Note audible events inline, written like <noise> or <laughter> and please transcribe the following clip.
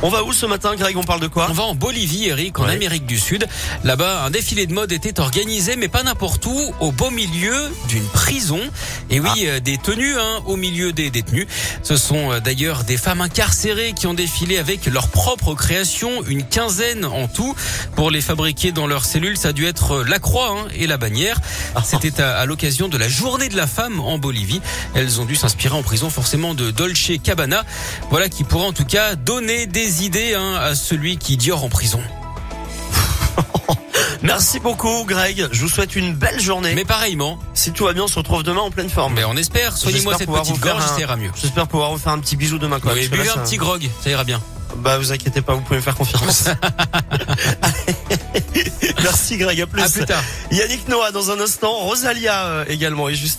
On va où ce matin, Greg On parle de quoi On va en Bolivie, Eric, en Ouais. Amérique du Sud. Là-bas, un défilé de mode était organisé, mais pas n'importe où, au beau milieu d'une prison. Et Ah. oui, euh, des tenues hein, au milieu des détenus. Ce sont euh, d'ailleurs des femmes incarcérées qui ont défilé avec leur propre création, une quinzaine en tout. Pour les fabriquer dans leurs cellules, ça a dû être euh, la croix hein, et la bannière. Ah. C'était à, à l'occasion de la journée de la femme en Bolivie. Elles ont dû s'inspirer en prison forcément de Dolce Cabana. Voilà qui pourra en tout cas donner des idées hein, à celui qui dure en prison. Merci beaucoup, Greg. Je vous souhaite une belle journée. Mais pareillement, si tout va bien, on se retrouve demain en pleine forme. mais on espère, soignez-moi J'espère cette pouvoir petite vous faire gorge, un- ça ira mieux. J'espère pouvoir vous faire un petit bisou demain. Quoi, Oui, parce que là, buvez un ça- petit grog, ça ira bien. Bah, vous inquiétez pas, vous pouvez me faire confiance. Allez. <laughs> Merci, Greg. À plus. À plus tard. Yannick Noah dans un instant. Rosalia euh, également. Et juste